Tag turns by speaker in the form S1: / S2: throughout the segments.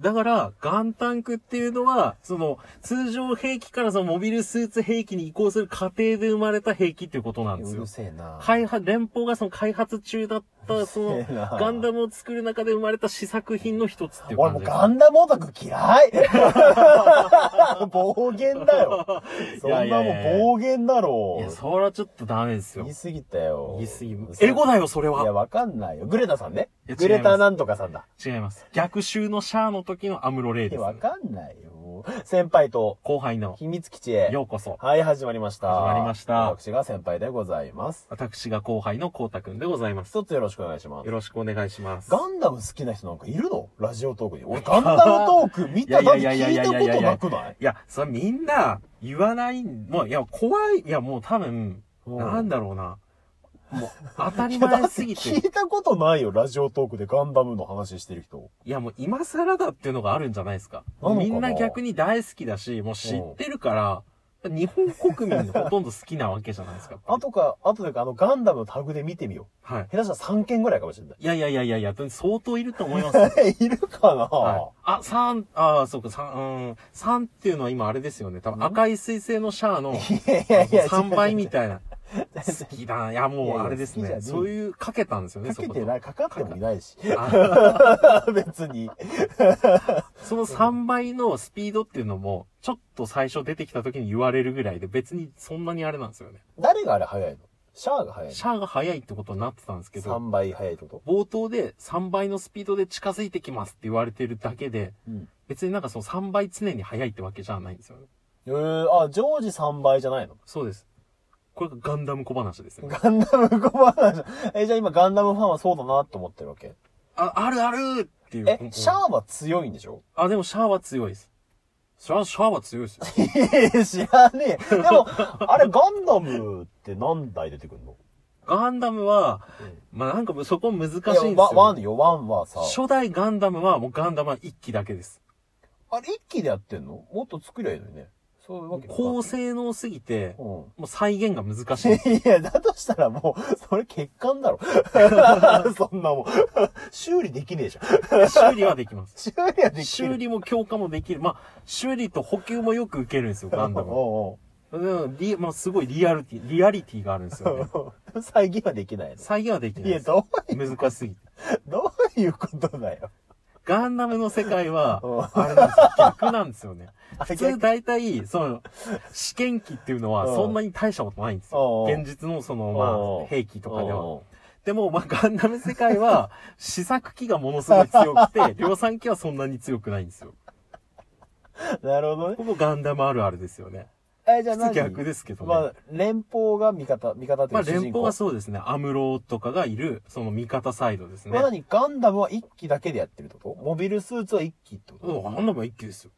S1: だから、ガンタンクっていうのは、その、通常兵器からそのモビルスーツ兵器に移行する過程で生まれた兵器っていうことなんです
S2: う
S1: よ
S2: る。せえな。
S1: 開発、連邦がその開発中だった、その、ガンダムを作る中で生まれた試作品の一つっていう感
S2: 俺も
S1: じ
S2: う
S1: です。
S2: ガンダムオタク嫌い 暴言だよ。そんないも
S1: やいやいや
S2: ん暴言だろ
S1: いや、。それはちょっとダメですよ
S2: 言い。過ぎたよ。
S1: 言い過ぎ
S2: う。そ
S1: エゴだよ、それ
S2: いや、
S1: は。
S2: わかんないよ。グレタさんね
S1: いや。
S2: グレタなんとかさんだ。
S1: 違います。逆襲のシャアの時のアムロレイ
S2: い
S1: で
S2: や、
S1: す。
S2: わかんないよ。先輩と
S1: 後輩の、
S2: 秘密基地へ。
S1: ようこそ。
S2: はい、始まりました。
S1: 始まりました
S2: 私が先輩でございます。
S1: 私が後輩のこうたくんでございます。
S2: 一つよろしくお願いします
S1: よ。ろしくお願いします。
S2: ガンダム好きな人なんかいるのラジオトークに。俺、ガンダムトーク見ただけ
S1: いやいや
S2: 聞
S1: い
S2: い
S1: や
S2: た
S1: いやいやい
S2: こ
S1: や
S2: と
S1: いや
S2: なくない
S1: いや、それみんな言わない、もう、いや、怖い、いや、もう多分、
S2: うん
S1: なんだろうな。もう、当たり
S2: いやだ
S1: 前
S2: って
S1: すぎて。
S2: 聞いたことないよ、ラジオトークでガンダムの話してる人。
S1: いや、もう今更だっていうのがあるんじゃないですか。
S2: なのかな
S1: みんな逆に大好きだし、もう知ってるから、日本国民のほとんど好きなわけじゃないですか。
S2: あとか、あとでか、あの、ガンダムのタグで見てみよ
S1: はい。
S2: う。下手したら3件ぐらいかもしれない
S1: やいやいやいやいや、相当いると思いますよ。
S2: い。いるかな、
S1: はい、あ、3、ああ、そうか、3、うん、三っていうのは今あれですよね。多分赤い水星のシャアの
S2: い、やいやいや、
S1: 3倍み
S2: い
S1: たいな。好きだな。いや、もうあれです
S2: いやい
S1: ね。
S2: や好きじゃねえ
S1: そういう、かけたんですよね、
S2: かけてない、かかってもいないし。
S1: そこと あ
S2: 別に。
S1: その3倍のスピードっていうのも、ちょっと最初出てきた時に言われるぐらいで、別にそんなにあれなんですよね。
S2: 誰があれ早いのシャアが早い
S1: シャアが速いってことになってたんですけ
S2: の
S1: ど、
S2: ?3 倍早いってこと
S1: 冒頭で3倍のスピードで近づいてきますって言われてるだけで、
S2: うん。
S1: 別になんかその3倍常に速いってわけじゃないんですよね。
S2: えー、あ、常時3倍じゃないの
S1: そうです。これがガンダム小話ですよね。
S2: ガンダム小話。え、じゃあ今ガンダムファンはそうだなって思ってるわけ
S1: あ、あるあるっていう。
S2: え、シャアは強いんでしょ
S1: あ、でもシャアは強いです。シャア、シャアは強いですよ。
S2: いや知らねえ。でも、あれガンダムって何台出てくるの
S1: ガンダムは、まあなんかもうそこ難しいんです
S2: いやワワ
S1: よ
S2: ン。よ、ワンはさ。
S1: 初代ガンダムはもうガンダムは1機だけです。
S2: あれ一気でやってんのもっと作りゃいいのにね。そういうわけか
S1: 高性能すぎて、
S2: うん。
S1: もう再現が難 しい。
S2: いや、だとしたらもう、それ欠 陥だろ。そんなもん。修理できねえじゃん。
S1: 修理はできます。
S2: 修理はできる。
S1: 修理も強化もできる。まあ、修理と補給もよく受けるんです よ、ガンダムは。
S2: お
S1: だからリまあ、すごいリアルティ、リアリティがあるんです
S2: うお
S1: よ
S2: う
S1: ね。
S2: おう再現はできないの。
S1: 再現はできない
S2: いや、
S1: です。
S2: どういう、
S1: 難しすぎて。
S2: どういうことだよ。
S1: ガンダムの世界は
S2: うん、
S1: あれなんですよ。逆なんですよね。
S2: あ
S1: 普通大体、その、試験機っていうのは
S2: うん
S1: そんなに大したことないんです
S2: お
S1: よ
S2: う。おう
S1: 現実のその、ま
S2: お
S1: あ、
S2: う
S1: 兵器とかでは。
S2: お
S1: でも、まあ、ガンダム世界は、試作機がものすごい強く て、量産機はそんなに強くないんですよ。
S2: うなるほどね。
S1: ここガンダムあるあるですよね。
S2: え、じゃあ
S1: 普通
S2: 何
S1: 逆ですけどね。
S2: まあ、連邦が味方、味方ってい
S1: まあ、
S2: うか主
S1: 連
S2: 人公。
S1: 邦はそうですね。アムロとかがいる、その味方サイドですね
S2: まあ。何ガンダムは一機だけでやってるってことモビルスーツは一機ってこ
S1: う
S2: と、
S1: ん、ガンダムは一機ですよ。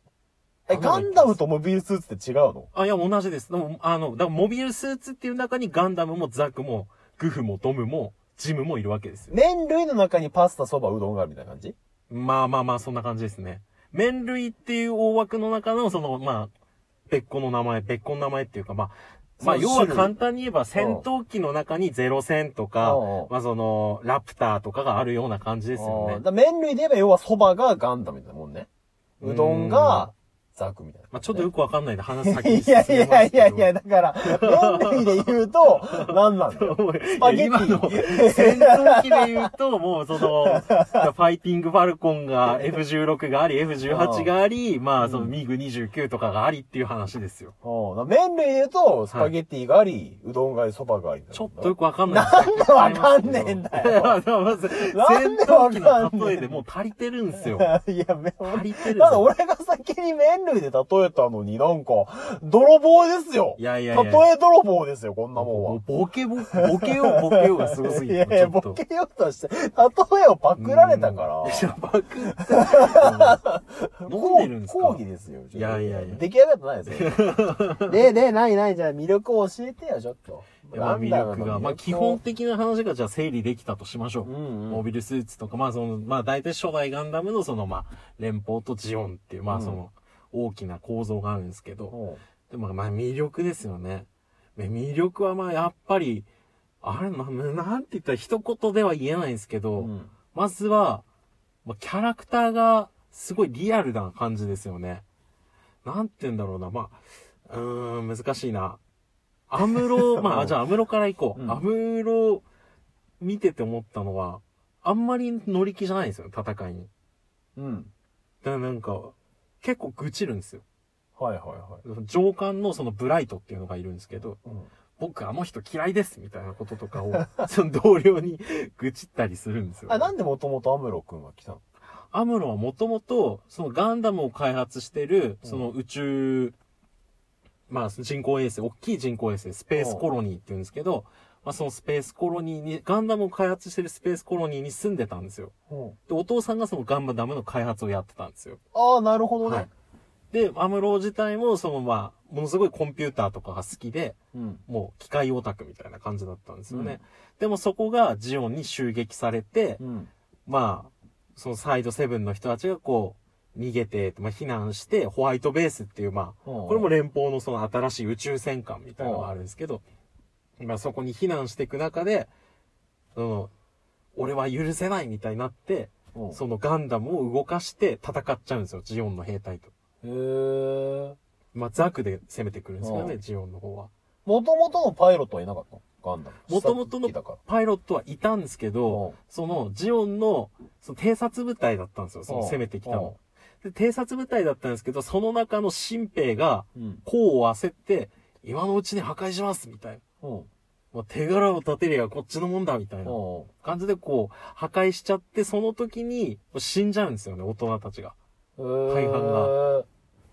S2: え、ガンダムとモビルスーツって違うの
S1: あ、いや、同じです。でも、あの、だからモビルスーツっていう中にガンダムもザクも、グフもドムも、ジムもいるわけですよ。
S2: 麺類の中にパスタ、そば、うどんがあるみたいな感じ
S1: まあまあまあ、そんな感じですね。麺類っていう大枠の中の、その、まあ、別個の名前、別個の名前っていうか、まあ、まあ、
S2: そ
S1: 要
S2: の
S1: は
S2: 種類
S1: 簡単に言えば、戦闘機の中にゼロ戦とか
S2: うんうん、
S1: まあその、ラプターとかがあるような感じですよ
S2: あー
S1: ね。
S2: だから麺類で言えば要は蕎麦がガンダムみたいなもんね。うどんがザクみたいな、
S1: まあちょっとよくわかんないんで、話先に
S2: い
S1: 進めま
S2: や
S1: す け
S2: い
S1: ど。
S2: やいやいや、だから、麺類で言うと、何なんだよ。スパ
S1: いや
S2: ゲ
S1: 今
S2: ッテ
S1: の
S2: ィ。
S1: 戦闘機で言うと、もうその、ファイティングファルコンが F16 があり、F18 があり、まあそのミグ29とかがありっていう話ですよ。
S2: うんだから麺類で言うと、スパゲッティがあり、うどんがあり、蕎麦がありみたい
S1: ち
S2: な
S1: ょ
S2: もん
S1: っ
S2: な。
S1: とよくわかんない。
S2: なんでわかんねえんだよ
S1: いや。でもまず戦
S2: なんでわか
S1: 闘
S2: ん
S1: 機
S2: ねえ
S1: の例えでもう足りてるんですよ。
S2: いや、め、
S1: 足り てる
S2: だから俺が先に麺類で例えたのになんか、泥棒ですよ
S1: いやいやいや
S2: 例え泥棒ですよ、こんなもん
S1: も
S2: は
S1: う。ボケボ、ボケようボケようがすごすぎ
S2: い
S1: て。
S2: やいや、
S1: ちょ
S2: ボ
S1: っと
S2: ケようとして、例えをパクられたから
S1: うんい。や、バクって。うん飲んでるんですか
S2: 抗議ですよ。
S1: いやいやいや
S2: 出来上がってないです よ。で、で、ないない、じゃあ魅力を教えてよ、ちょっと。
S1: いやまあ魅力が、まあ基本
S2: 的
S1: 的な話がじゃあ整理できたとしましょう。
S2: うんうん
S1: モビルスーツとか、まあその、まあ大体初代ガンダムのそのまあ連邦とジオンっていう、まあその大きな構造があるんですけど、でもまあ魅力ですよね。ね魅力はまあやっぱり、あれ、まあなんて言ったら一言では言えないんですけど、まずは、まあ、キャラクターがすごいリアルな感じですよね。なんて言うんだろうな、まあ、うーん、難しいな。アムロ、ま
S2: う
S1: あ、
S2: ん
S1: じゃあアムロから行こう。
S2: うん
S1: アムロ見てて思ったのは、あんまり乗り気じゃないんですよ、戦いに。
S2: うん。
S1: だからなんか、結構愚痴るんですよ。
S2: はいはいはい。
S1: 上官のそのブライトっていうのがいるんですけど、僕あの人嫌いですみたいなこととかを、 その同僚に愚痴ったりするんですよ。
S2: あ、なんでもともとアムロ君が来たの
S1: アムロはもともと、そのガンダムを開発してる、
S2: うん
S1: その宇宙、まあ人工衛星、大きい人工衛星、スペースコロニーって言うんですけど、まあそのスペースコロニーに、ガンダムを開発してるスペースコロニーに住んでたんですよ。で、お父さんがそのガンダムの開発をやってたんですよ。
S2: ああ、なるほどね。
S1: はい。で、アムロ自体も、そのまあ、ものすごいコンピューターとかが好きで、
S2: うん。
S1: もう機械オタクみたいな感じだったんですよね。でもそこがジオンに襲撃されて、
S2: うん。
S1: まあ、そのサイドセブンの人たちがこう、逃げて、まあ避難して、ホワイトベースっていうまあ、
S2: こ
S1: これも、連邦のその新しい宇宙戦艦みたいなのがあるんですけど、まあそこに避難していく中で、その、俺は許せないみたいになって、
S2: うん
S1: そのガンダムを動かして戦っちゃうんですよ、ジオンの兵隊と。
S2: へえ。
S1: まあザクで攻めてくるんですけど
S2: う
S1: ね、ジオンの方は。
S2: もともとのパイロットはいなかったのガンダム。
S1: 元々の
S2: だから。
S1: パイロットはいたんですけど、
S2: うん
S1: そのジオンのその偵察部隊だったんですよ、その攻めてきたの。で、偵察部隊だったんですけど、その中の新兵が、
S2: うん。
S1: 功を焦って、今のうちに破壊しますみたいな。
S2: うん。
S1: もう手柄を立てりゃこっちのもんだみたいな
S2: うん。
S1: 感じでこう、破壊しちゃって、その時にもう死んじゃうんですよね、大人たちが。
S2: へー
S1: 大半が
S2: うん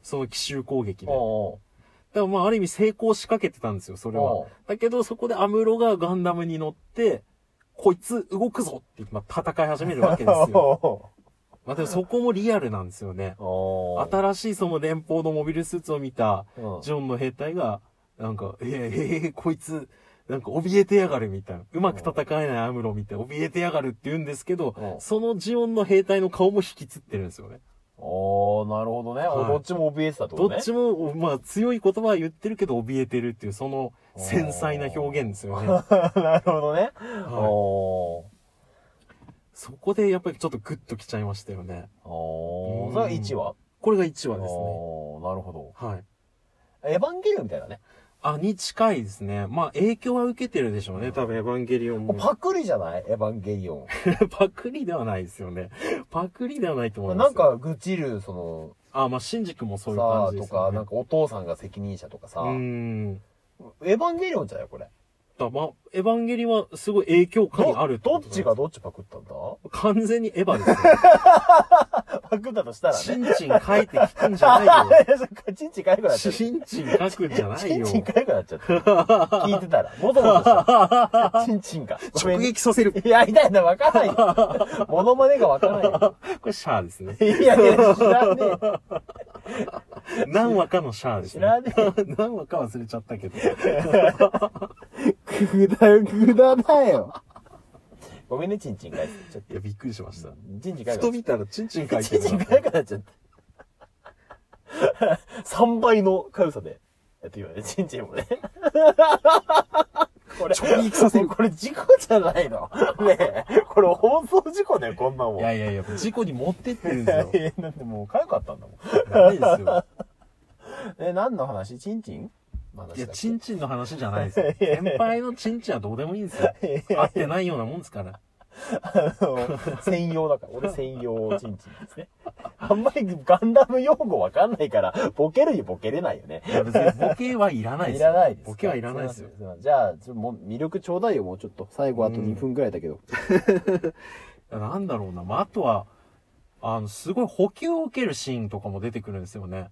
S1: その奇襲攻撃で。だか
S2: うん。
S1: らまあ、ある意味成功しかけてたんですよ、それは。
S2: うん
S1: だけど、そこでアムロがガンダムに乗って、こいつ動くぞって、まあ、戦い始めるわけです よ。まあ、でもそこもリアルなんですよね。
S2: うん
S1: 新しいその連邦のモビルスーツを見た
S2: うん
S1: ジョンの兵隊が、なんか、えー、えーこいつ、なんか怯えてやがるみたいな。うまく戦えないアムロ見て怯えてやがるって言うんですけ
S2: う
S1: ど
S2: ん、
S1: そのジオンの兵隊の顔も引きつってるんですよね。
S2: おー、なるほどね。
S1: はい
S2: どっちも怯えてたってこ
S1: ど
S2: と
S1: っ
S2: ね。
S1: ちも、まあ強い言葉は言ってるけど怯えてるっていう、その繊細な表現ですよね。
S2: なるほどね。
S1: はい
S2: お
S1: そこでやっぱりちょっとグッときちゃいましたよね。
S2: ー。お
S1: う
S2: ー。
S1: ん
S2: それが1話
S1: これが1話ですね。
S2: おー、なるほど。
S1: はい。
S2: エヴァンゲリオンみたいなね。
S1: あ、に近いですね。まあ影響は受けてるでしょうね。多分エヴァンゲリオン
S2: も
S1: も
S2: う。パクリじゃないエヴァンゲリオ
S1: パクリではないですよね。パクリではないと思い
S2: ン。
S1: ます。
S2: なん、か愚痴る、その、
S1: あ、まあ、新宿もそういう
S2: さ
S1: 感
S2: あ
S1: じで
S2: と
S1: すよ
S2: か、
S1: ね。
S2: なんかお父さんが責任者とかさ
S1: う、ーん。
S2: エヴァンゲリオンじゃないこれ。
S1: だまあ、エヴァンゲリはすごい影響下にあるて
S2: ど
S1: こ
S2: っ
S1: と
S2: ちがどっちパクったんだ
S1: 完全にエヴァですよ。
S2: パクったとしたら
S1: チ
S2: ね。
S1: ンチン書いて聞くんじゃないよ。
S2: いやそっかチンチンかゆくなっちゃう。
S1: チンチン書くんじゃない
S2: チン
S1: よ。
S2: チンかゆくなっちゃった。聞いてたら。もともとした。チンチンか。ごめ
S1: 直
S2: ん
S1: 撃させる。
S2: いや、痛いな、わからない よ。モノマネがわからないよ。
S1: これシャアですね。
S2: いやいや、知らねえ。
S1: 何話かのシャアです
S2: 知
S1: ね。
S2: らねえ。
S1: 何話か忘れちゃったけど。
S2: くだ、くだだよ。ごめんね、チンチンかいちゃっ
S1: いや、びっくりしました。
S2: た。チンチンか
S1: ふ
S2: い
S1: と見たらチンチン書い
S2: チ
S1: て
S2: ンチ
S1: る
S2: ン
S1: な。
S2: かゆくなっちゃ った。3倍のかゆさで。やってみようね、チンチンもね。 これ、
S1: 直撃させる
S2: もうこれ事故じゃないの。 ねえ、これ放送事故だよ、こんなもん。
S1: いやいやいや、事故に持ってってるん ですよ
S2: い。やだってもうかゆかったんだもん。
S1: ダメですよ。
S2: え、何の話チンチンの話だっ
S1: い
S2: け
S1: や、チンチンの話じゃないですよ。先輩のチンチンはどうでもいいんですよ。合ってないようなもんですから。
S2: あの、専用だから。俺専用チンチンですね。あんまりガンダム用語わかんないから、ボケるにボケれないよね。
S1: いや、別にボケはいらないで
S2: い
S1: すよ。
S2: らないですか。
S1: ボケはいらないですよ
S2: す。ません。すいませんじゃあ、ちょもう魅力ちょうだいよ、もうちょっと。最後あと2分くらいだけど。
S1: なんだろうな。まあ、あとは、あの、すごい補給を受けるシーンとかも出てくるんですよね。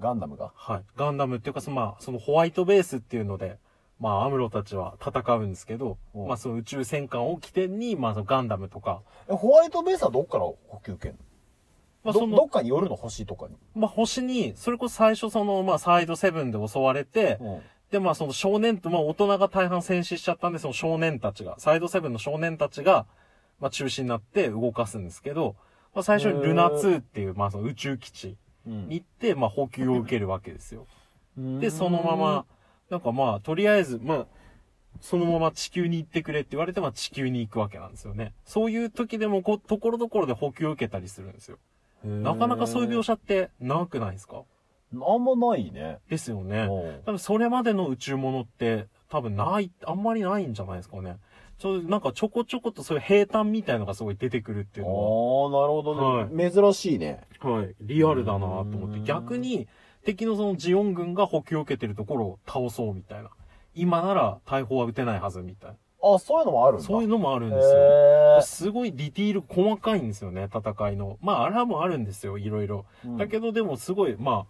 S2: ガンダムが。
S1: はい。ガンダムっていうか、そのまあ、そのホワイトベースっていうので、まあ、アムロたちは戦うんですけど、
S2: うん
S1: まあ、その宇宙戦艦を起点に、まあ、そのガンダムとか、
S2: えホワイトベースはどっから補給券
S1: まあ、
S2: ど
S1: そ
S2: ど
S1: の
S2: っ、かに夜の星とかに。
S1: まあ、星に、それこそ最初その、まあ、サイドセブンで襲われて、
S2: うん。
S1: で、まあその少年と、まあ大人が大半戦死しちゃったんで、その少年たちが、サイドセブンの少年たちが、まあ中心になって動かすんですけど、まあ最初にルナ2っていう、まあその宇宙基地に行って、まあ補給を受けるわけですよ。で、そのまま、なんかまあ、とりあえず、まあ、そのまま地球に行ってくれって言われて、まあ地球に行くわけなんですよね。そういう時でもこう、ところどころで補給を受けたりするんですよ。
S2: へ
S1: なかなかそういう描
S2: 写。
S1: 写ってなくないですか
S2: あんまないね。
S1: ですよね。
S2: うん
S1: 多分それまでの宇宙ものって多分ない、あんまりないんじゃないですかね。ちょ、なんかちょこちょことそういう平坦みたいのがすごい出てくるって
S2: ああ
S1: い
S2: ー、なる
S1: うの
S2: ほどね。珍しいね。
S1: は、はい、リアルだなと思って、
S2: うん
S1: 逆に敵のそのジオン軍が補給を受けてるところを倒そうみたいな。今なら大砲は撃てないはずみたい
S2: あ、そういうのもあるん
S1: な。
S2: だ。
S1: そういううのもあるん
S2: の
S1: ですよ。すごいディティール細かいんですよね、戦いの。まあ、あれはもうあるんですよ、いろいろ。だけど、でもすごい、ま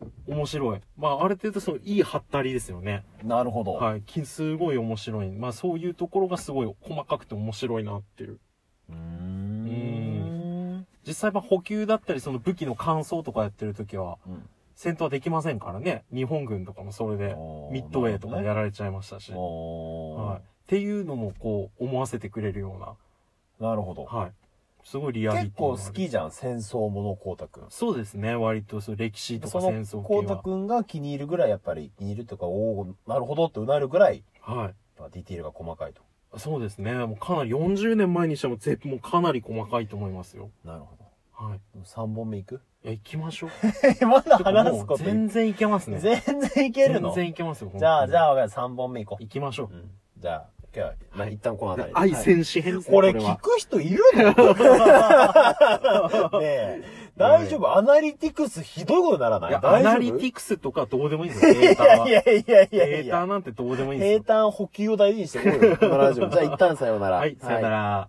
S1: あ、面白い。まあ、ある程度、そう、いいハったりですよね。
S2: なるほど。
S1: はい。きすごい面白い。まあ、そういうところがすごい細かくて面白いなっていう。
S2: うーん。
S1: 実際、まあ、補給だったり、その武器の乾燥とかやってる時は、
S2: うん
S1: 戦闘はできませんからね。日本軍とかもそれで、
S2: おー
S1: ミッドウェイとか
S2: なる
S1: やられちゃいましたし。
S2: ほどね
S1: はい。っていうのも、こう、思わせてくれるような。
S2: おーなるほど。
S1: はい。すごいリアリティ
S2: 結
S1: のあ
S2: 構
S1: る
S2: 好きじゃん、戦争もの光太くん。
S1: そうですね、割とそう歴史と
S2: そ
S1: か
S2: の
S1: 戦争
S2: 光
S1: 系
S2: 太
S1: は。
S2: くんが気に入るぐらい、やっぱり気に入るというか、おおなるほどってうなるぐらい、
S1: はい。
S2: まあディティールが細かいと。
S1: そうですね、もうかなり40年前にしても絶もうかなり細かいと思いますよ。
S2: なるほど。
S1: はい。
S2: 3本目いく
S1: いや、行きましょう。
S2: え、まだ
S1: てか
S2: 話
S1: も
S2: す
S1: う
S2: ことい
S1: 全然いけますね。
S2: 全然いけるの
S1: 全然いけますよ。
S2: じゃあ、じゃ
S1: あ。
S2: あ、わかった。3本目いこう。
S1: 行きましょう。
S2: うんじゃあ、今日は、まあ、一旦この辺りで。
S1: 愛
S2: はい
S1: 戦士編ですね
S2: これ
S1: は
S2: 聞く人いるの ねえ。大丈夫アナリティクスひどいことにならない
S1: いやア
S2: 大丈夫
S1: ナリティクスとかどうでもいいんですよ、データは。
S2: いやいやいやい
S1: デ
S2: やい
S1: ータ
S2: や。
S1: なんてどうでもいいんです
S2: 平
S1: よ。
S2: 坦補給を大事にしてこうよ、このラジオ。じゃあ一旦さようなら。
S1: はい、さよなら。